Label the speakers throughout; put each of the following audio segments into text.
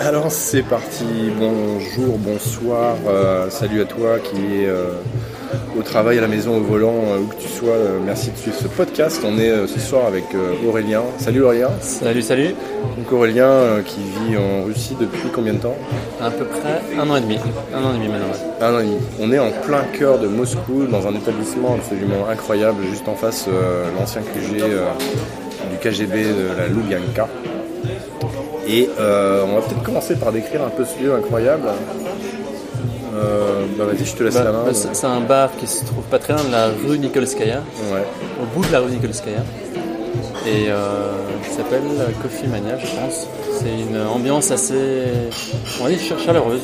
Speaker 1: Alors c'est parti, bonjour, bonsoir, euh, salut à toi qui est euh, au travail, à la maison, au volant, euh, où que tu sois, euh, merci de suivre ce podcast. On est euh, ce soir avec euh, Aurélien. Salut Aurélien.
Speaker 2: Salut, salut.
Speaker 1: Donc Aurélien euh, qui vit en Russie depuis combien de temps
Speaker 2: À peu près un an et demi. Un an et demi maintenant. ouais.
Speaker 1: Un an et demi. Ah On est en plein cœur de Moscou, dans un établissement absolument incroyable, juste en face euh, l'ancien QG euh, du KGB de la Loubianka. Et euh, on va peut-être commencer par décrire un peu ce lieu incroyable. Euh, bah vas-y, je te laisse la
Speaker 2: Bah,
Speaker 1: main.
Speaker 2: bah, c'est c'est un bar qui se trouve pas très loin de la rue Nikolskaya,
Speaker 1: Ouais.
Speaker 2: au bout de la rue Nikolskaya. Et euh, qui s'appelle Coffee Mania, je pense. C'est une ambiance assez, on va dire, ch- chaleureuse.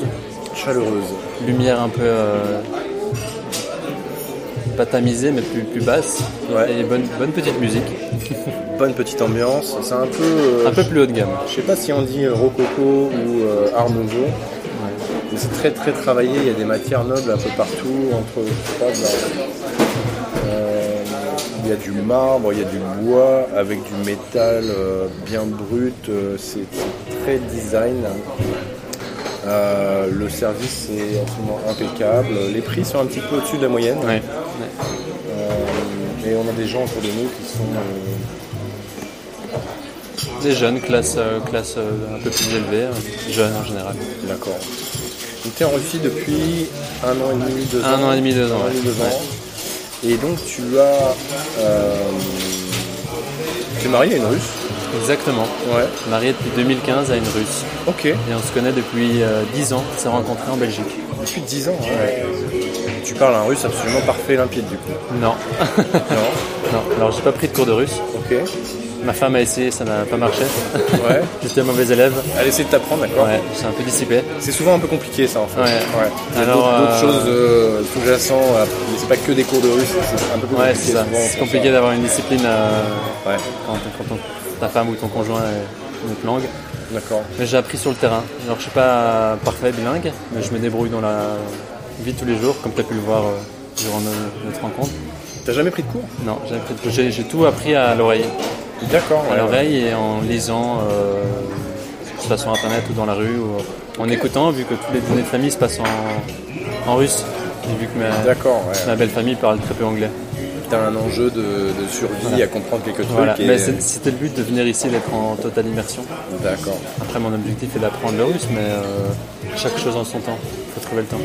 Speaker 1: Chaleureuse.
Speaker 2: Lumière un peu. euh, pas tamisée, mais plus, plus basse.
Speaker 1: Ouais.
Speaker 2: Et bonne, bonne petite musique.
Speaker 1: Bonne petite ambiance. C'est un peu. euh,
Speaker 2: Un peu plus haut de gamme.
Speaker 1: Je sais pas si on dit euh, rococo ou euh, art nouveau.
Speaker 2: Ouais.
Speaker 1: Mais c'est très très travaillé, il y a des matières nobles un peu partout, entre je sais pas, bah, euh, il y a du marbre, il y a du bois avec du métal euh, bien brut, euh, c'est c'est très design. Euh, le service est absolument impeccable, les prix sont un petit peu au-dessus de la moyenne.
Speaker 2: Ouais.
Speaker 1: Euh, et on a des gens autour de nous qui sont euh,
Speaker 2: Des jeunes, classe, euh, classe euh, un peu plus élevée, euh, jeunes en général.
Speaker 1: d'accord. Donc tu es en Russie depuis un an et demi, deux
Speaker 2: Un
Speaker 1: ans.
Speaker 2: an et demi, deux ans,
Speaker 1: Un an et demi,
Speaker 2: ouais.
Speaker 1: deux ans. Et donc tu as. euh, tu es marié à une russe
Speaker 2: Exactement.
Speaker 1: Ouais.
Speaker 2: Marié depuis 2015 à une Russe.
Speaker 1: Ok.
Speaker 2: Et on se connaît depuis euh, 10 ans. On s'est rencontrés en Belgique.
Speaker 1: Depuis 10 ans. ouais. Tu parles un russe absolument parfait et limpide du coup.
Speaker 2: Non.
Speaker 1: Non.
Speaker 2: non. Alors j'ai pas pris de cours de russe.
Speaker 1: Ok.
Speaker 2: Ma femme a essayé, ça n'a pas marché.
Speaker 1: Ouais.
Speaker 2: J'étais un mauvais élève.
Speaker 1: Elle essaie de t'apprendre, d'accord
Speaker 2: Ouais, j'étais un peu dissipé.
Speaker 1: C'est souvent un peu compliqué ça en fait.
Speaker 2: Ouais.
Speaker 1: Il y a
Speaker 2: Alors,
Speaker 1: d'autres d'autres
Speaker 2: euh,
Speaker 1: choses euh, sous-jacentes, euh, mais c'est pas que des cours de russe, c'est un peu plus
Speaker 2: Ouais,
Speaker 1: compliqué
Speaker 2: c'est ça.
Speaker 1: souvent,
Speaker 2: C'est
Speaker 1: pour
Speaker 2: compliqué d'avoir une discipline euh,
Speaker 1: ça. Ouais,
Speaker 2: quand, quand ton- ta femme ou ton conjoint est une autre langue.
Speaker 1: d'accord.
Speaker 2: Mais j'ai appris sur le terrain. Alors je suis pas parfait bilingue, mais je me débrouille dans la vie de tous les jours, comme tu as pu le voir euh, durant no- notre rencontre.
Speaker 1: T'as jamais pris de cours
Speaker 2: Non, j'ai appris- j'ai j'ai tout appris à l'oreille.
Speaker 1: D'accord, ouais,
Speaker 2: à
Speaker 1: ouais.
Speaker 2: l'oreille et en lisant euh, de façon internet ou dans la rue ou en écoutant vu que tous les dîners de famille se passent en, en russe et vu que ma,
Speaker 1: D'accord, ouais.
Speaker 2: ma belle famille parle très peu anglais.
Speaker 1: T'as un enjeu de, de survie à comprendre quelques trucs.
Speaker 2: Voilà.
Speaker 1: et- euh,
Speaker 2: Mais c'est- c'était le but de venir ici d'être en totale immersion.
Speaker 1: D'accord.
Speaker 2: Après mon objectif est d'apprendre le russe mais euh, chaque chose en son temps. Faut trouver le temps.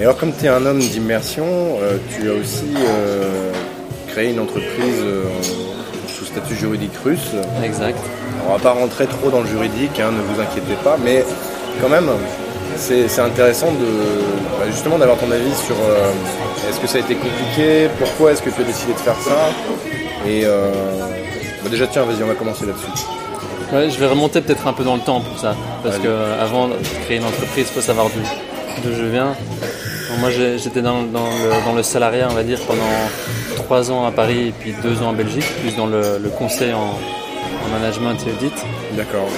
Speaker 1: Et alors, comme tu es un homme d'immersion, euh, tu as aussi euh, créé une entreprise euh, sous statut juridique russe.
Speaker 2: Exact.
Speaker 1: Alors, on va pas rentrer trop dans le juridique, hein, ne vous inquiétez pas, mais quand même, c'est c'est intéressant de bah, justement d'avoir ton avis sur euh, est-ce que ça a été compliqué, pourquoi est-ce que tu as décidé de faire ça. Et euh, bah, déjà, tiens, vas-y, on va commencer là-dessus.
Speaker 2: Ouais, je vais remonter peut-être un peu dans le temps pour ça. Parce
Speaker 1: Allez.
Speaker 2: que euh, avant de créer une entreprise, il faut savoir d'où d'où je viens. Donc moi, j'ai- j'étais dans, dans le, dans le salariat, on va dire, pendant trois ans à Paris et puis deux ans en Belgique, plus dans le, le conseil en, en management et audit.
Speaker 1: D'accord.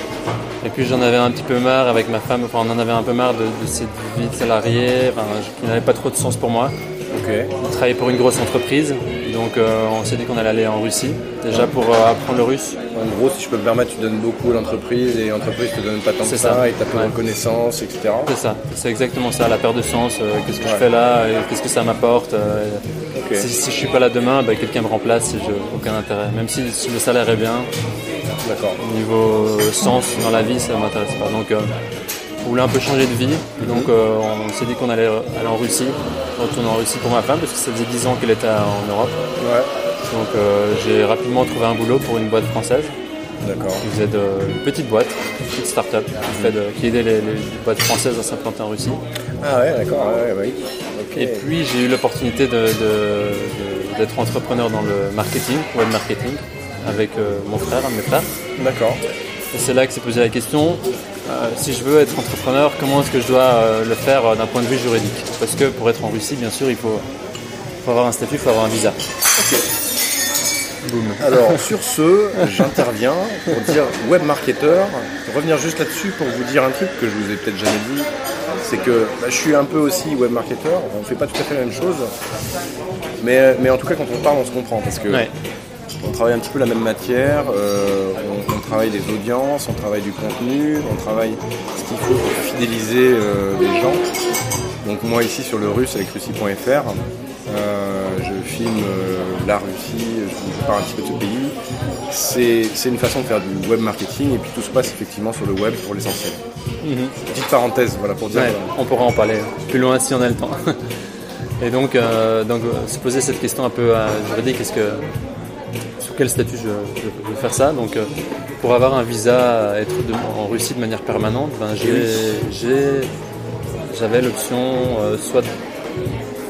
Speaker 2: Et puis j'en avais un petit peu marre avec ma femme, enfin on en avait un peu marre de, de cette vie de salarié, enfin, je- qui n'avait pas trop de sens pour moi.
Speaker 1: Ok.
Speaker 2: On travaillait pour une grosse entreprise, donc euh, on s'est dit qu'on allait aller en Russie, déjà pour euh, apprendre le russe.
Speaker 1: En gros, si je peux me permettre, tu donnes beaucoup à l'entreprise et l'entreprise te donne pas tant que ça,
Speaker 2: C'est ça.
Speaker 1: et t'as peu
Speaker 2: Ouais.
Speaker 1: de reconnaissance, etc.
Speaker 2: C'est ça, c'est exactement ça, la perte de sens, euh, qu'est-ce que
Speaker 1: Ouais.
Speaker 2: je fais là, et qu'est-ce que ça m'apporte. euh,
Speaker 1: Ok.
Speaker 2: si, si je suis pas là demain, bah, quelqu'un me remplace, et je- aucun intérêt. Même si le salaire est bien,
Speaker 1: D'accord.
Speaker 2: niveau euh, sens dans la vie, ça m'intéresse pas. Donc euh, on voulait un peu changer de vie,
Speaker 1: Mhm.
Speaker 2: donc euh, on s'est dit qu'on allait aller en Russie, retourner en Russie pour ma femme, parce que ça faisait 10 ans qu'elle était en Europe.
Speaker 1: Ouais.
Speaker 2: Donc euh, j'ai rapidement trouvé un boulot pour une boîte française.
Speaker 1: D'accord.
Speaker 2: Vous êtes une petite boîte, une petite start-up qui, fait de- qui aidait les, les boîtes françaises à s'implanter en Russie.
Speaker 1: Ah ouais, d'accord. Ouais, ouais, oui. Ok.
Speaker 2: Et puis j'ai eu l'opportunité de- de- de- d'être entrepreneur dans le marketing, web marketing, avec euh, mon frère, un de mes frères.
Speaker 1: D'accord.
Speaker 2: Et c'est là que s'est posée la question, euh, si je veux être entrepreneur, comment est-ce que je dois euh, le faire euh, d'un point de vue juridique Parce que pour être en Russie, bien sûr, il faut, faut avoir un statut, il faut avoir un visa. Boum.
Speaker 1: Alors, sur ce, j'interviens pour dire web marketeur, revenir juste là-dessus pour vous dire un truc que je vous ai peut-être jamais dit, c'est que bah, je suis un peu aussi web marketeur, on fait pas tout à fait la même chose, mais, mais en tout cas quand on parle on se comprend parce que
Speaker 2: Ouais.
Speaker 1: on travaille un petit peu la même matière, euh, on, on travaille des audiences, on travaille du contenu, on travaille ce qu'il faut pour fidéliser euh, les gens. Donc moi ici sur le russe avec russie.fr, euh, je filme euh, la Russie, je vous parle un petit peu de ce pays. C'est- C'est une façon de faire du web marketing et puis tout se passe effectivement sur le web pour l'essentiel.
Speaker 2: Mhm.
Speaker 1: Petite parenthèse, voilà pour dire. euh,
Speaker 2: Ouais,
Speaker 1: voilà.
Speaker 2: euh, on pourra en parler plus loin si on a le temps. Et donc, euh, donc euh, se poser cette question un peu euh, juridique, est-ce que sous quel statut je, je- je veux faire ça Donc, euh, pour avoir un visa, euh, être de- en Russie de manière permanente, ben, j'ai- j'ai- j'avais l'option euh, soit de,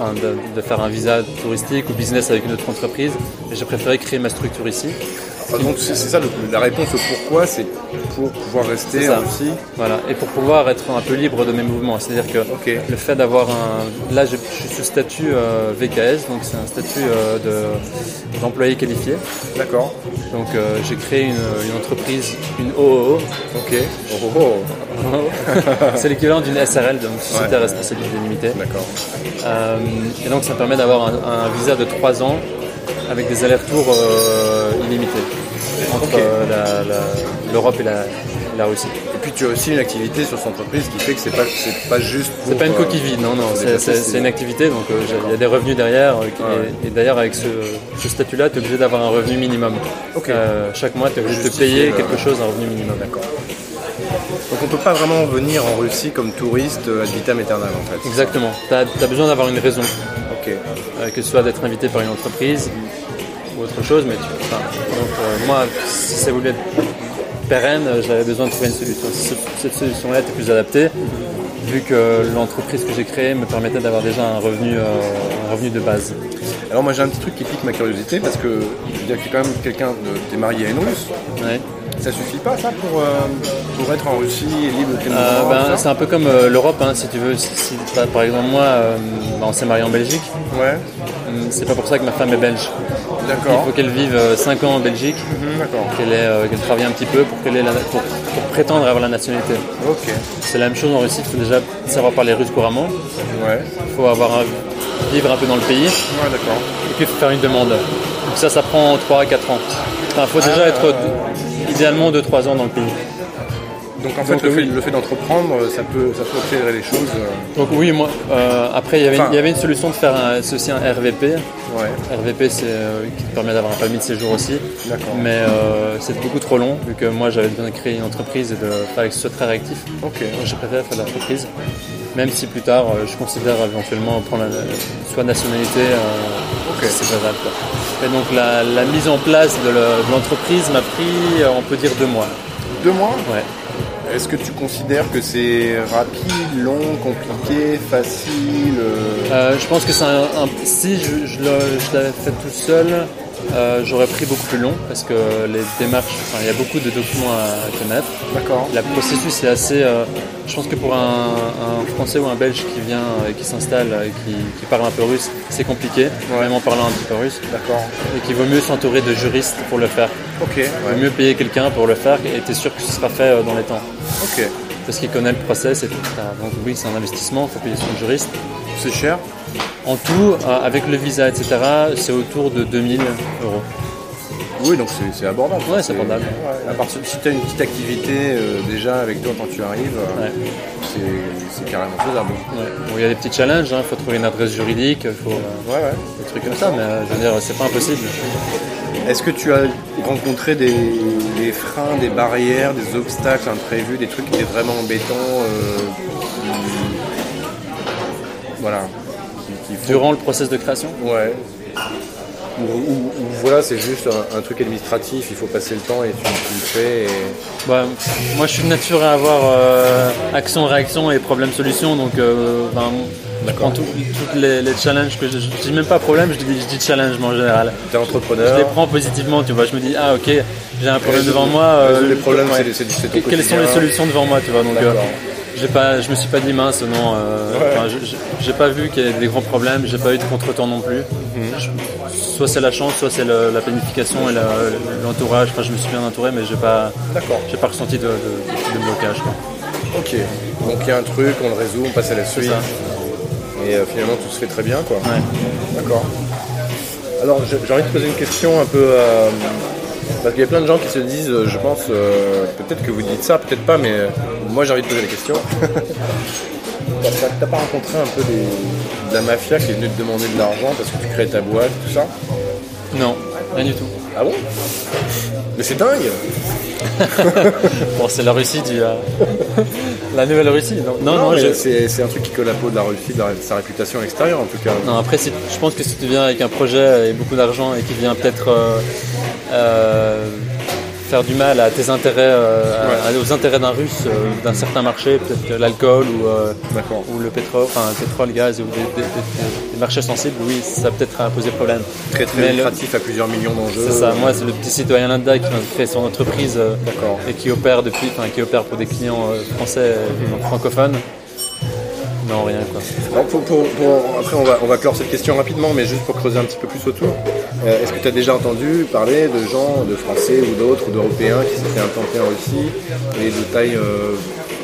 Speaker 2: enfin, de- de faire un visa touristique ou business avec une autre entreprise, mais j'ai préféré créer ma structure ici.
Speaker 1: Enfin, donc c'est c'est ça le- la réponse au pourquoi, c'est pour pouvoir
Speaker 2: C'est
Speaker 1: rester
Speaker 2: ça.
Speaker 1: en Russie.
Speaker 2: Voilà, et pour pouvoir être un peu libre de mes mouvements. C'est-à-dire que
Speaker 1: Ok.
Speaker 2: le fait d'avoir un. Là, je je suis sous statut euh, VKS, donc c'est un statut euh, de- d'employé qualifié.
Speaker 1: D'accord.
Speaker 2: Donc euh, j'ai créé une, une entreprise, une OOO.
Speaker 1: Ok. Oh, oh, oh.
Speaker 2: c'est l'équivalent d'une SRL, donc Société
Speaker 1: Ouais.
Speaker 2: à responsabilité limitée.
Speaker 1: D'accord.
Speaker 2: Euh, et donc ça me permet d'avoir un, un visa de 3 ans avec des allers-retours euh, illimités entre
Speaker 1: Ok.
Speaker 2: euh, la- la- l'Europe et la- la Russie.
Speaker 1: Et puis tu as aussi une activité sur cette entreprise qui fait que c'est pas c'est pas juste.
Speaker 2: C'est
Speaker 1: pour,
Speaker 2: pas une
Speaker 1: euh,
Speaker 2: coquille vide, non, non,
Speaker 1: pour
Speaker 2: c'est-
Speaker 1: déplacer
Speaker 2: c'est
Speaker 1: ses-
Speaker 2: c'est une activité, donc euh, j'ai- il y a des revenus derrière. euh, qui-
Speaker 1: Ah Ouais.
Speaker 2: et et d'ailleurs, avec ce, ce statut-là, tu es obligé d'avoir un revenu minimum.
Speaker 1: Ok. euh,
Speaker 2: Euh, chaque mois, tu es obligé de te
Speaker 1: Justifier
Speaker 2: payer
Speaker 1: le-
Speaker 2: quelque chose, un revenu minimum.
Speaker 1: Donc on peut pas vraiment venir en Russie comme touriste euh, ad vitam aeternam en fait.
Speaker 2: Exactement. Tu as, besoin d'avoir une raison,
Speaker 1: Ok.
Speaker 2: euh, que ce soit d'être invité par une entreprise ou autre chose. Mais tu- enfin, donc, euh, moi, si ça voulait être pérenne, euh, j'avais besoin de trouver une solution. Ce- Cette solution-là était plus adaptée, vu que l'entreprise que j'ai créée me permettait d'avoir déjà un revenu, euh, un revenu de base.
Speaker 1: Alors moi j'ai un petit truc qui pique ma curiosité parce que je veux dire que t'es quand même quelqu'un de t'es marié à une russe.
Speaker 2: Ouais.
Speaker 1: Ça suffit pas ça pour, euh, pour être en Russie et libre de tes
Speaker 2: Euh,
Speaker 1: mouvements,
Speaker 2: ben,
Speaker 1: tout
Speaker 2: c'est
Speaker 1: ça
Speaker 2: un peu comme euh, l'Europe, hein, si tu veux. Si, si, par- par exemple, moi, euh, ben, on s'est marié en Belgique.
Speaker 1: Ouais.
Speaker 2: Hum, C'est pas pour ça que ma femme est belge. Il
Speaker 1: D'accord.
Speaker 2: faut qu'elle vive 5 ans en Belgique,
Speaker 1: Mhm, D'accord.
Speaker 2: qu'elle ait, euh, qu'elle travaille un petit peu pour, qu'elle ait la- pour, pour prétendre avoir la nationalité.
Speaker 1: Ok.
Speaker 2: C'est la même chose en Russie. Il faut déjà savoir parler russe couramment.
Speaker 1: Ouais.
Speaker 2: Il faut avoir un- vivre un peu dans le pays.
Speaker 1: Ouais d'accord.
Speaker 2: Et puis, il faut faire une demande. Ah, Donc ça, ça prend 3 à 4 ans. Enfin, il faut déjà être euh, idéalement 2-3 ans dans le pays.
Speaker 1: Donc en fait
Speaker 2: Donc,
Speaker 1: le fait,
Speaker 2: oui.
Speaker 1: le fait d'entreprendre euh, ça peut ça peut accélérer les choses. euh,
Speaker 2: Donc oui, moi, euh, après, il y avait-
Speaker 1: Enfin-
Speaker 2: il y avait une solution de faire un- associer un RVP.
Speaker 1: Ouais.
Speaker 2: RVP, c'est euh, qui te permet d'avoir un permis de séjour aussi.
Speaker 1: D'accord.
Speaker 2: Mais euh, c'est beaucoup trop long, vu que moi j'avais besoin de créer une entreprise et de faire que ce soit très réactif.
Speaker 1: Ok.
Speaker 2: Donc je préfère faire l'entreprise, même si plus tard euh, je considère éventuellement prendre la- soit nationalité, euh,
Speaker 1: Ok.
Speaker 2: c'est pas grave. quoi. Et donc la, la mise en place de le- de l'entreprise m'a pris, euh, on peut dire, deux mois.
Speaker 1: Deux mois.
Speaker 2: Ouais.
Speaker 1: Est-ce que tu considères que c'est rapide, long, compliqué, facile euh,
Speaker 2: Euh, je pense que c'est un, un- si je, je le- je l'avais fait tout seul, euh, j'aurais pris beaucoup plus long parce que les démarches, enfin, il y a beaucoup de documents à connaître.
Speaker 1: D'accord.
Speaker 2: Le processus est assez. euh, je pense que pour un, un Français ou un Belge qui vient, euh, qui s'installe, euh, qui, qui parle un peu russe, c'est compliqué,
Speaker 1: Ouais.
Speaker 2: même en parlant un petit peu russe,
Speaker 1: D'accord.
Speaker 2: et qu'il vaut mieux s'entourer de juristes pour le faire.
Speaker 1: Ok. Ouais.
Speaker 2: Il vaut mieux payer quelqu'un pour le faire et t'es sûr que ce sera fait euh, dans les temps.
Speaker 1: Ok.
Speaker 2: Parce qu'il connaît le process et tout. Ah, Donc oui, c'est un investissement, il faut payer son juriste.
Speaker 1: C'est cher.
Speaker 2: En tout, euh, avec le visa, etc., c'est autour de 2000 euros.
Speaker 1: Oui, donc c'est- c'est abordable.
Speaker 2: Ouais, c'est abordable.
Speaker 1: ouais, à partir si tu as une petite activité euh, déjà avec toi quand tu arrives, euh,
Speaker 2: Ouais.
Speaker 1: c'est- c'est carrément faisable.
Speaker 2: Ouais. Bon, il y a des petits challenges, il faut trouver une adresse juridique, il faut euh,
Speaker 1: Ouais, ouais.
Speaker 2: des trucs comme ça, mais euh, je veux dire, c'est pas impossible.
Speaker 1: Est-ce que tu as rencontré des, des freins, des barrières, des obstacles imprévus, des trucs qui étaient vraiment embêtants euh, qui- Voilà. Qui, qui font-
Speaker 2: Durant le process de création
Speaker 1: Ouais. Ou, ou- ou voilà, c'est juste un, un truc administratif, il faut passer le temps et tu, tu le fais. et-
Speaker 2: Bah, moi, je suis de nature à avoir euh, action-réaction et problème-solution, donc euh, ben, je prends tous les, les challenges que je, je dis même pas problème, je dis, je dis challenge moi, en général.
Speaker 1: T'es entrepreneur.
Speaker 2: Je les prends positivement, tu vois. Je me dis ah ok, j'ai un problème
Speaker 1: Résoudre-
Speaker 2: devant moi.
Speaker 1: résoudre les problèmes, c'est- c'est- c'est ton
Speaker 2: Que- Quelles sont
Speaker 1: quotidien.
Speaker 2: les solutions devant moi, tu vois. Donc,
Speaker 1: D'accord.
Speaker 2: euh, j'ai pas, je me suis pas dit mince, non. euh,
Speaker 1: Ouais.
Speaker 2: enfin, je- je- j'ai pas vu qu'il y ait des grands problèmes, j'ai pas eu de contretemps non plus.
Speaker 1: Mhm.
Speaker 2: Je- soit c'est la chance, soit c'est le- la planification et la- l'entourage. Enfin, je me suis bien entouré, mais j'ai pas,
Speaker 1: D'accord.
Speaker 2: j'ai pas ressenti de, de- de blocage. quoi.
Speaker 1: Ok. Donc il y a un truc, on le résout, on passe à la suite.
Speaker 2: ça.
Speaker 1: Et euh, finalement tout se fait très bien quoi.
Speaker 2: Ouais.
Speaker 1: D'accord. Alors j'ai j'ai envie de te poser une question un peu euh, Parce qu'il y a plein de gens qui se disent, euh, je pense, euh, peut-être que vous dites ça, peut-être pas, mais euh, moi j'ai envie de poser la question. T'as- t'as- T'as pas rencontré un peu des- de la mafia qui est venue te demander de l'argent parce que tu crées ta boîte, tout ça
Speaker 2: Non, rien du tout.
Speaker 1: Ah bon Mais c'est dingue
Speaker 2: Bon, c'est la Russie du. euh, la nouvelle Russie. Non, non, Ah non,
Speaker 1: mais
Speaker 2: je-
Speaker 1: c'est c'est un truc qui colle à peau de la Russie, de, la- de sa réputation extérieure en tout cas.
Speaker 2: non, après, c'est- je pense que si tu viens avec un projet et beaucoup d'argent et qui vient peut-être euh, euh, faire du mal à tes intérêts, euh, à- aux intérêts d'un russe, euh, d'un certain marché, peut-être que l'alcool ou, euh,
Speaker 1: D'accord.
Speaker 2: ou le pétrole, enfin, le pétrole, gaz ou des, des- des- des marchés sensibles, oui, ça peut-être a posé problème.
Speaker 1: Très
Speaker 2: Mais
Speaker 1: très
Speaker 2: le-
Speaker 1: lucratif à plusieurs millions d'enjeux.
Speaker 2: C'est ça, moi c'est le petit citoyen lambda qui vient de créer son entreprise euh,
Speaker 1: D'accord.
Speaker 2: et qui opère depuis, enfin qui opère pour des clients euh, français euh,
Speaker 1: Mhm.
Speaker 2: donc francophones. Non rien quoi.
Speaker 1: Alors, pour- pour- pour- après, on va, on va clore cette question rapidement, mais juste pour creuser un petit peu plus autour. Euh, Est-ce que tu as déjà entendu parler de gens, de Français ou d'autres, ou d'Européens qui s'étaient implantés en Russie et de taille euh,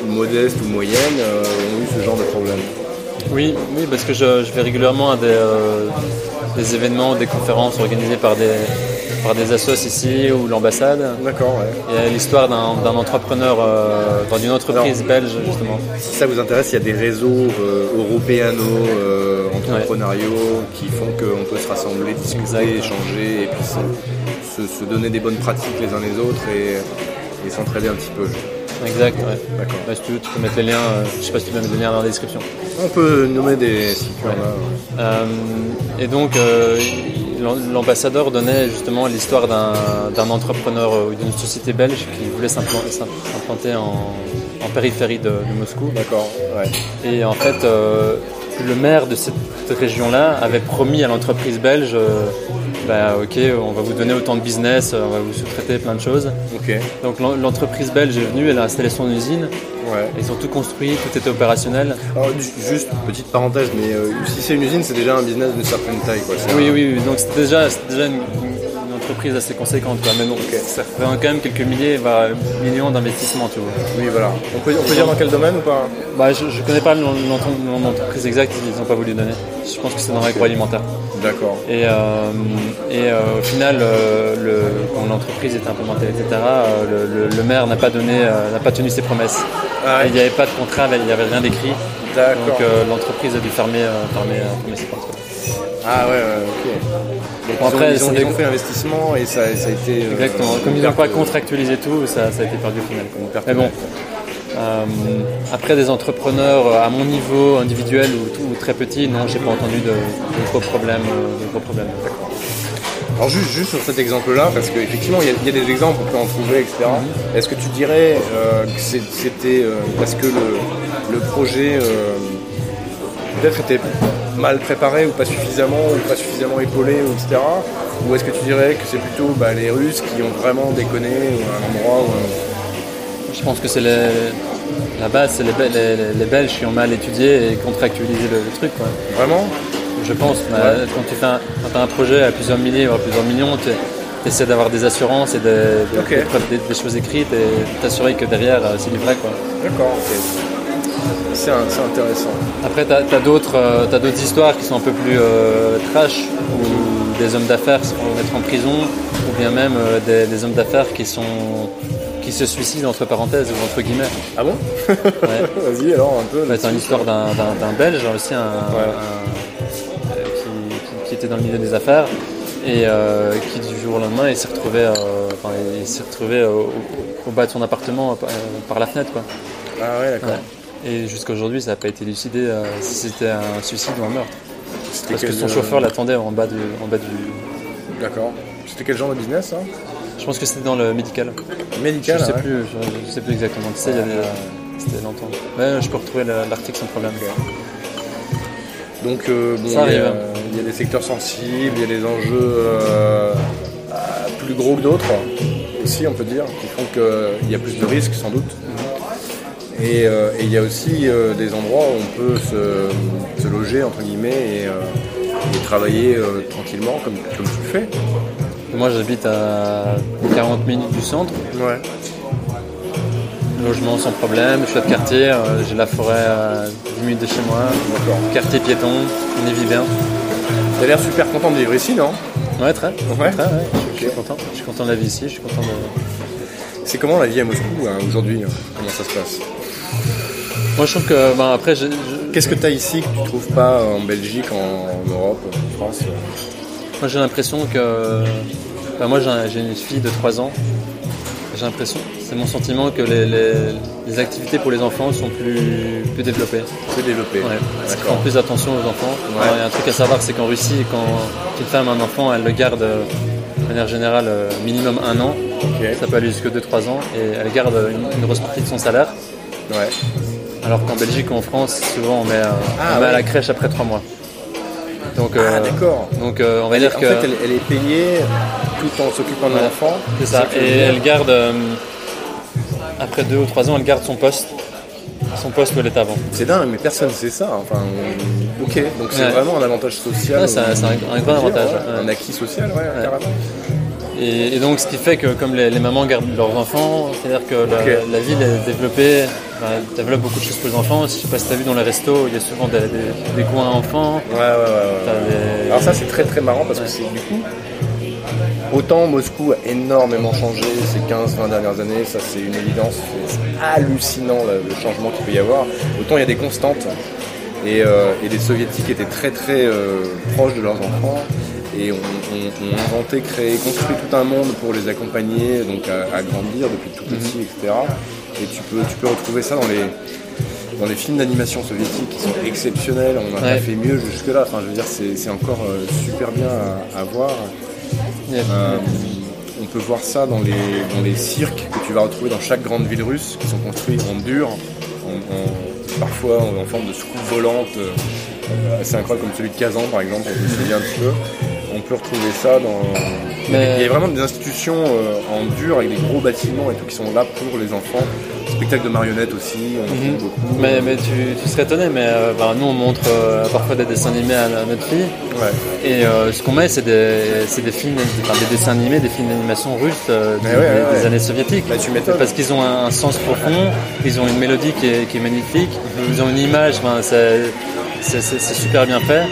Speaker 1: modeste ou moyenne euh, ont eu ce genre de problème
Speaker 2: Oui, oui, parce que je, je vais régulièrement à des, euh, des événements, des conférences organisées par des par des assos ici ou l'ambassade.
Speaker 1: D'accord, ouais.
Speaker 2: Il y a l'histoire d'un d'un entrepreneur, euh, enfin, d'une entreprise belge justement.
Speaker 1: Si ça vous intéresse, il y a des réseaux euh, européano, euh, entrepreneuriaux qui font qu'on peut se rassembler, discuter,
Speaker 2: Exact.
Speaker 1: échanger et puis se, se- se donner des bonnes pratiques les uns les autres et, et s'entraider un petit peu.
Speaker 2: Exact, ouais.
Speaker 1: D'accord.
Speaker 2: Ouais, si tu veux, tu peux mettre les liens, euh, je sais pas si tu peux mettre les liens dans la description.
Speaker 1: On peut nommer des sites
Speaker 2: Ouais. Euh, et donc, euh, l'am- l'ambassadeur donnait justement l'histoire d'un d'un entrepreneur euh, ou d'une société belge qui voulait s'implan- s'im- s'implanter en, en périphérie de, de Moscou.
Speaker 1: D'accord, ouais.
Speaker 2: Et en fait, euh, le maire de cette région-là avait promis à l'entreprise belge euh, bah, Ok, on va vous donner autant de business, euh, on va vous sous-traiter plein de choses.
Speaker 1: Ok, ouais.
Speaker 2: Donc, l'en- l'entreprise belge est venue, elle a installé son usine, ils ont tout construit, tout était opérationnel.
Speaker 1: Alors, ju- juste petite parenthèse, mais euh, si c'est une usine, c'est déjà un business d'une certaine taille, quoi. C'est
Speaker 2: Oui,
Speaker 1: un-
Speaker 2: oui, oui. Donc c'est déjà, c'est déjà une, une- une entreprise assez conséquente. Quoi. Mais bon, ça représente quand même quelques milliers, voire millions d'investissements, tu vois.
Speaker 1: Oui, voilà. On peut, on peut dire dans quel domaine ou pas
Speaker 2: Bah, je, je connais pas l'en- l'en- l'en- l'entreprise exacte, ils n'ont pas voulu donner. Je pense que c'est dans l'agroalimentaire.
Speaker 1: D'accord.
Speaker 2: Et, euh, et euh, au final, euh, le, quand l'entreprise est implémentée, etc., euh, le, le- le maire n'a pas donné, euh, n'a pas tenu ses promesses.
Speaker 1: Ah,
Speaker 2: Il n'y avait pas de contrat, il n'y avait rien d'écrit.
Speaker 1: D'accord.
Speaker 2: Donc euh, l'entreprise a dû fermer, euh, fermer, fermer ses portes. quoi.
Speaker 1: Ah, ouais, ouais, ok. Donc,
Speaker 2: Bon,
Speaker 1: ils ont,
Speaker 2: après,
Speaker 1: ils ont-
Speaker 2: c'est
Speaker 1: ils
Speaker 2: des-
Speaker 1: ont fait investissement et ça, ça a été. euh,
Speaker 2: Exactement.
Speaker 1: une
Speaker 2: Comme ils n'ont
Speaker 1: perte,
Speaker 2: pas
Speaker 1: euh,
Speaker 2: contractualisé tout, ça, ça a été perdu au final. quoi.
Speaker 1: une perte
Speaker 2: Mais bon,
Speaker 1: nette.
Speaker 2: euh, après des entrepreneurs euh, à mon niveau individuel ou, tout, ou très petit, non, j'ai pas entendu de, de gros problèmes. euh, De gros problèmes.
Speaker 1: Alors juste, juste sur cet exemple-là, parce qu'effectivement, il y a- il y, a des exemples, on peut en trouver, etc.
Speaker 2: Mhm.
Speaker 1: Est-ce que tu dirais euh, que c'est- c'était euh, parce que le, le projet euh, peut-être était mal préparé ou pas suffisamment, ou pas suffisamment épaulé, ou etc. Ou est-ce que tu dirais que c'est plutôt bah, les Russes qui ont vraiment déconné ou à un endroit où, euh,
Speaker 2: Je pense que c'est les- la base, c'est les, Bel- les- les- les Belges qui ont mal étudié et contractualisé le, le truc. quoi.
Speaker 1: euh, Vraiment
Speaker 2: Je pense. Mais, euh, Quand tu fais un, quand as un projet à plusieurs milliers ou à plusieurs millions, tu essaies d'avoir des assurances et des, des-
Speaker 1: Ok.
Speaker 2: des preuves- des- des choses écrites et t'assurer que derrière, euh, c'est du vrai. Quoi.
Speaker 1: D'accord, ok. C'est un- c'est intéressant.
Speaker 2: Après, t'as as, d'autres euh, t'as d'autres histoires qui sont un peu plus euh, trash, où des hommes d'affaires se font mettre en prison, ou bien même euh, des, des hommes d'affaires qui sont qui se suicident entre parenthèses ou entre guillemets.
Speaker 1: Ah bon
Speaker 2: Ouais.
Speaker 1: Vas-y alors un peu.
Speaker 2: Bah, t'as l'histoire d'un- d'un d'un Belge aussi, un, un- euh, qui, qui- qui était dans le milieu des affaires et euh, qui du jour au lendemain, il s'est retrouvé, euh, enfin, il s'est retrouvé euh, au, au bas de son appartement euh, par- euh, par la fenêtre, quoi.
Speaker 1: Ah ouais, d'accord.
Speaker 2: Ouais. Et jusqu'à aujourd'hui, ça n'a pas été élucidé euh, si c'était un suicide ou un meurtre.
Speaker 1: C'était
Speaker 2: Parce que
Speaker 1: quel,
Speaker 2: son
Speaker 1: euh,
Speaker 2: chauffeur l'attendait en bas du, en bas du.
Speaker 1: D'accord. C'était quel genre de business ça
Speaker 2: Je pense que c'était dans le médical. Je
Speaker 1: Médical
Speaker 2: sais
Speaker 1: hein
Speaker 2: plus, je, je sais plus exactement. Tu sais, il y a des- c'était longtemps. Mais je peux retrouver la- l'article sans problème.
Speaker 1: Donc euh, bon, il y,
Speaker 2: Ça
Speaker 1: a-
Speaker 2: arrive. hein.
Speaker 1: il y a des secteurs sensibles, il y a des enjeux euh, euh, plus gros que d'autres euh, aussi, on peut dire, qui font qu'il y a plus de risques sans doute. Et euh, et il y a aussi euh, des endroits où on peut se, se loger entre guillemets et, euh, et travailler euh, tranquillement comme, comme tu le fais.
Speaker 2: Moi, j'habite à 40 minutes du centre.
Speaker 1: Ouais.
Speaker 2: Logement sans problème, je suis de quartier, euh, j'ai la forêt à 10 minutes de chez moi.
Speaker 1: D'accord.
Speaker 2: Quartier piéton, on y vit bien.
Speaker 1: T'as l'air super content de vivre ici, non
Speaker 2: Ouais, très.
Speaker 1: Ouais.
Speaker 2: Très, ouais. Je, je suis content. Je suis content de la vie ici. Je suis content de.
Speaker 1: C'est comment la vie à Moscou hein, aujourd'hui hein Comment ça se passe
Speaker 2: Moi, je trouve que, ben, après, je- je-
Speaker 1: Qu'est-ce que tu as ici que tu trouves pas en Belgique, en, en Europe, en France
Speaker 2: Moi j'ai l'impression que. enfin, moi j'ai un- j'ai une fille de 3 ans. J'ai l'impression, c'est mon sentiment que les, les- les activités pour les enfants sont plus, plus développées.
Speaker 1: Peu développé.
Speaker 2: Ouais. Parce qu'ils font
Speaker 1: D'accord.
Speaker 2: plus attention aux enfants.
Speaker 1: Ouais.
Speaker 2: Alors, Il y a un truc à savoir, c'est qu'en Russie, quand une femme a un enfant, elle le garde euh, de manière générale euh, minimum un an.
Speaker 1: Ok.
Speaker 2: Ça peut aller jusqu'à 2-3 ans. Et elle garde euh, une, une grosse partie de son salaire.
Speaker 1: Ouais.
Speaker 2: Alors qu'en Belgique ou en France, souvent on met, euh,
Speaker 1: Ah,
Speaker 2: on met à
Speaker 1: ouais.
Speaker 2: la crèche après 3 mois. Donc,
Speaker 1: Ah, d'accord.
Speaker 2: donc euh, on va dire
Speaker 1: En
Speaker 2: que.
Speaker 1: fait, elle, elle est payée tout en s'occupant de
Speaker 2: Ouais.
Speaker 1: l'enfant.
Speaker 2: C'est ça.
Speaker 1: que je veux
Speaker 2: Et
Speaker 1: dire.
Speaker 2: elle garde, euh, après deux ou trois ans, elle garde son poste. Son poste où elle était avant.
Speaker 1: C'est dingue, mais personne sait ça. Enfin, on- ok, donc c'est
Speaker 2: Ouais.
Speaker 1: vraiment un avantage social.
Speaker 2: Ouais, c'est un- c'est un- un
Speaker 1: on peut
Speaker 2: grand
Speaker 1: dire,
Speaker 2: avantage,
Speaker 1: Ah, ouais.
Speaker 2: ouais.
Speaker 1: Un acquis social, ouais, carrément.
Speaker 2: Et, et donc, ce qui fait que, comme les, les mamans gardent leurs enfants, c'est-à-dire que la,
Speaker 1: Ok.
Speaker 2: la ville est développée, enfin, elle développe beaucoup de choses pour les enfants. Je sais pas si t'as vu dans les restos, il y a souvent des, des- des coins enfants.
Speaker 1: Ouais, ouais, ouais,
Speaker 2: T'as
Speaker 1: ouais.
Speaker 2: des-
Speaker 1: Alors ça, c'est très très marrant parce que c'est du coup. Autant Moscou a énormément changé ces 15-20 dernières années, ça c'est une évidence, c'est hallucinant le, le changement qu'il peut y avoir. Autant il y a des constantes. Et, euh, et les soviétiques étaient très très euh, proches de leurs enfants et ont on, on inventé, créé, construit tout un monde pour les accompagner, donc à, à grandir depuis tout petit, etc. Et tu peux, tu peux retrouver ça dans les, dans les films d'animation soviétiques qui sont exceptionnels, on n'a
Speaker 2: Ouais.
Speaker 1: pas fait mieux jusque-là, enfin je veux dire c'est c'est encore euh, super bien à, à voir.
Speaker 2: Il y a-
Speaker 1: Euh, on peut voir ça dans les, dans les cirques que tu vas retrouver dans chaque grande ville russe, qui sont construits en dur, en- en- parfois en, en forme de soucoupe volante, euh, assez incroyable comme celui de Kazan par exemple, on me souvient un petit peu. On peut retrouver ça dans. Il y a des-
Speaker 2: Mais-
Speaker 1: il y a vraiment des institutions euh, en dur avec des gros bâtiments et tout qui sont là pour les enfants. Spectacle de marionnettes aussi, on en
Speaker 2: Mhm.
Speaker 1: trouve beaucoup.
Speaker 2: Mais, mais tu, tu serais étonné, mais euh, bah, nous on montre euh, parfois des dessins animés à, à notre fille.
Speaker 1: Ouais.
Speaker 2: Et euh, ce qu'on met, c'est des, c'est des films, enfin, des dessins animés, des films d'animation russes euh, des,
Speaker 1: Mais ouais, ouais,
Speaker 2: des
Speaker 1: ouais.
Speaker 2: années soviétiques.
Speaker 1: Bah, tu m'étonnes.
Speaker 2: Parce qu'ils ont un, un sens profond, ils ont une mélodie qui est, qui est magnifique,
Speaker 1: Mhm.
Speaker 2: ils ont une image, enfin, c'est, c'est- c'est- c'est super bien fait.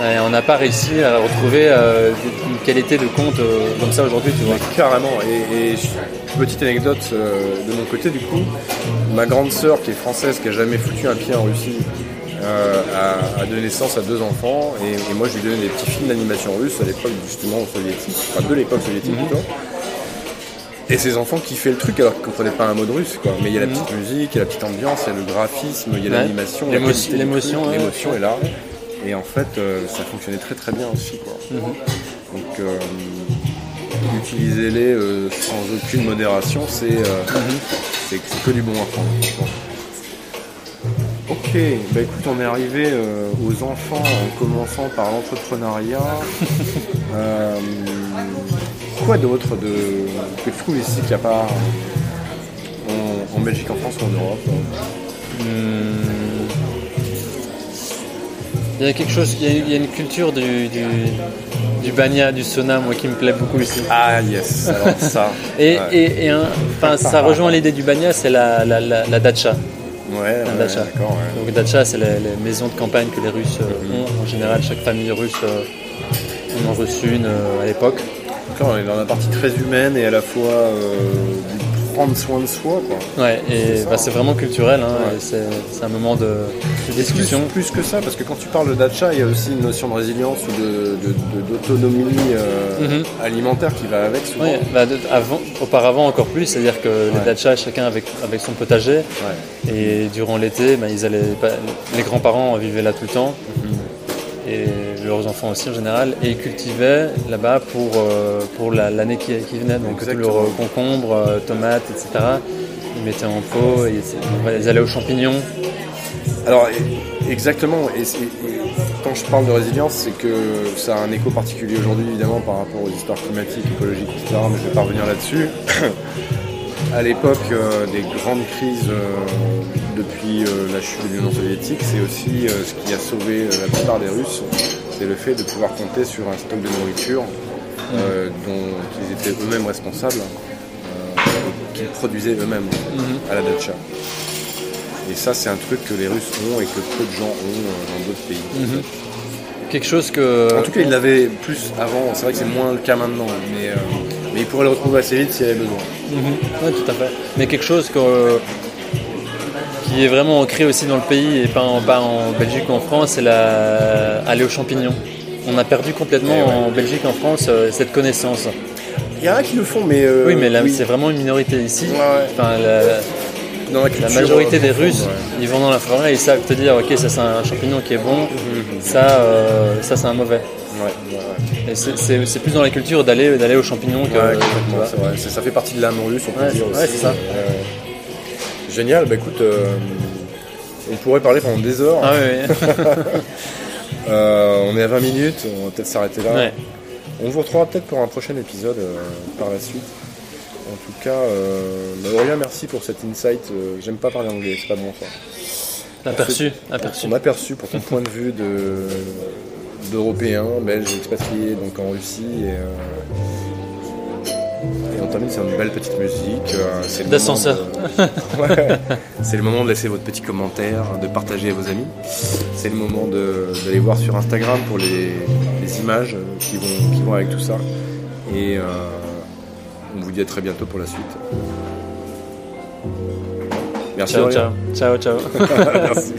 Speaker 2: Et on n'a pas réussi à retrouver euh, une qualité de conte euh, comme ça aujourd'hui, tu vois.
Speaker 1: Carrément. Et, et je- petite anecdote euh, de mon côté, du coup, ma grande sœur qui est française, qui a jamais foutu un pied en Russie, euh, a, a donné naissance à deux enfants. Et, et moi, je lui donnais des petits films d'animation russe à l'époque justement soviétique, enfin de l'époque soviétique
Speaker 2: Mhm.
Speaker 1: plutôt. Et ces enfants qui fait le truc alors qu'ils comprenaient pas un mot de russe quoi. Mais il y a la petite musique, il y a la petite ambiance, il y a le graphisme, il y a
Speaker 2: Mhm. Ouais.
Speaker 1: l'animation,
Speaker 2: L'émo-
Speaker 1: la qualité du
Speaker 2: l'émotion,
Speaker 1: truc,
Speaker 2: ouais.
Speaker 1: l'émotion est là. Et en fait, euh, ça fonctionnait très très bien aussi quoi.
Speaker 2: Mhm.
Speaker 1: Donc euh, utilisez-les euh, sans aucune modération, c'est euh, c'est- c'est que du bon à prendre. je pense. Ok, bah écoute, on est arrivé euh, aux enfants en commençant par l'entrepreneuriat. Euh, quoi d'autre de, que tu trouves ici qu'il n'y a pas en, en Belgique, en France ou en Europe
Speaker 2: Hmm. Il y a quelque chose, il y a, il y a une culture du, du, du banya, du sauna, moi qui me plaît beaucoup ici.
Speaker 1: Ah yes, alors ça.
Speaker 2: Et,
Speaker 1: ouais.
Speaker 2: et, et un- enfin, ça rejoint l'idée du bagna, c'est la, la, la, la dacha.
Speaker 1: Ouais, ouais,
Speaker 2: La dacha.
Speaker 1: d'accord. ouais. Mm-hmm.
Speaker 2: Donc dacha, c'est les, les maisons de campagne que les Russes euh, ont. En général, chaque famille russe euh, en a reçu une euh, à l'époque.
Speaker 1: Donc là, on est dans la partie très humaine et à la fois euh, du prendre soin de soi. Quoi.
Speaker 2: Ouais, et
Speaker 1: ça,
Speaker 2: bah, c'est vraiment culturel. Hein,
Speaker 1: Ouais.
Speaker 2: et C'est c'est un moment de, de discussion.
Speaker 1: Plus, plus que ça, parce que quand tu parles de dacha, il y a aussi une notion de résilience ou de- de- de- d'autonomie euh,
Speaker 2: Mhm.
Speaker 1: alimentaire qui va avec souvent.
Speaker 2: Ouais, bah, de- avant, auparavant encore plus, c'est-à-dire que
Speaker 1: Ouais.
Speaker 2: les dachas, chacun avec, avec son potager,
Speaker 1: Ouais.
Speaker 2: et durant l'été, bah, ils allaient, pas- les grands-parents vivaient là tout le temps,
Speaker 1: Mhm.
Speaker 2: et leurs enfants aussi en général, et ils cultivaient là-bas pour, euh, pour la- l'année qui, qui venait, donc tous
Speaker 1: Exactement.
Speaker 2: leurs concombres, euh, tomates, etc. Ils mettaient en pot, et ils, ouais, ils allaient aux champignons.
Speaker 1: Alors e- exactement, et, c'est- et quand je parle de résilience, c'est que ça a un écho particulier aujourd'hui évidemment par rapport aux histoires climatiques, écologiques, etc. Mais je vais pas revenir là-dessus. à l'époque euh, des grandes crises euh, depuis euh, la chute de l'Union soviétique, c'est aussi euh, ce qui a sauvé euh, la plupart des Russes, c'est le fait de pouvoir compter sur un stock de nourriture euh, dont ils étaient eux-mêmes responsables, euh, qu'ils produisaient eux-mêmes à la dacha. Et ça, c'est un truc que les Russes ont et que peu de gens ont euh, dans d'autres pays.
Speaker 2: Mhm. quelque chose que.
Speaker 1: En tout cas, il l'avait plus avant. C'est vrai que c'est moins le cas maintenant, mais, euh, mais il pourrait le retrouver assez vite s'il avait besoin.
Speaker 2: Oui, tout à fait. Mais quelque chose que- qui est vraiment ancré aussi dans le pays et pas en, pas en Belgique ou en France, c'est la... aller aux champignons. On a perdu complètement
Speaker 1: Eh ouais.
Speaker 2: en Belgique, en France, euh, cette connaissance.
Speaker 1: Il y en a qui le font, mais euh,
Speaker 2: oui, mais là, c'est vraiment une minorité ici.
Speaker 1: Ouais, ouais.
Speaker 2: Enfin, la,
Speaker 1: dans la,
Speaker 2: la
Speaker 1: culture,
Speaker 2: majorité
Speaker 1: euh,
Speaker 2: des
Speaker 1: profonde,
Speaker 2: Russes,
Speaker 1: ouais.
Speaker 2: ils vont dans la forêt et ils savent te dire, ok, ça c'est un champignon qui est
Speaker 1: Mm,
Speaker 2: bon, ça, euh, ça c'est un mauvais.
Speaker 1: Ouais, ouais, ouais.
Speaker 2: Et c'est- C'est c'est plus dans la culture d'aller d'aller aux champignons que.
Speaker 1: Ouais,
Speaker 2: tu
Speaker 1: complètement,
Speaker 2: vois.
Speaker 1: c'est vrai. C'est- Ça fait partie de l'âme russe, on peut
Speaker 2: Ouais,
Speaker 1: dire
Speaker 2: c'est-
Speaker 1: aussi.
Speaker 2: ouais, c'est ça.
Speaker 1: Ouais. génial, bah écoute, euh, on pourrait parler pendant des heures.
Speaker 2: Ah oui, oui.
Speaker 1: Euh, on est à 20 minutes, on va peut-être s'arrêter là.
Speaker 2: Ouais.
Speaker 1: On vous retrouvera peut-être pour un prochain épisode euh, par la suite. En tout cas, euh, bah, Aurélien, merci pour cet insight. Euh, J'aime pas parler anglais, c'est pas bon ça.
Speaker 2: Aperçu, aperçu.
Speaker 1: Ton aperçu pour ton point de vue de d'Européens, Belges, expatriés, donc en Russie. Et, euh, et on termine sur une belle petite musique. euh, c'est le moment
Speaker 2: D'ascenseur.
Speaker 1: de- Ouais. C'est le moment de laisser votre petit commentaire, de partager à vos amis. C'est le moment de- d'aller voir sur Instagram pour les, les images euh, qui vont, qui vont avec tout ça. Et euh, on vous dit à très bientôt pour la suite. Merci.
Speaker 2: Ciao,
Speaker 1: Aurélien.
Speaker 2: ciao. Ciao, ciao.
Speaker 1: Merci.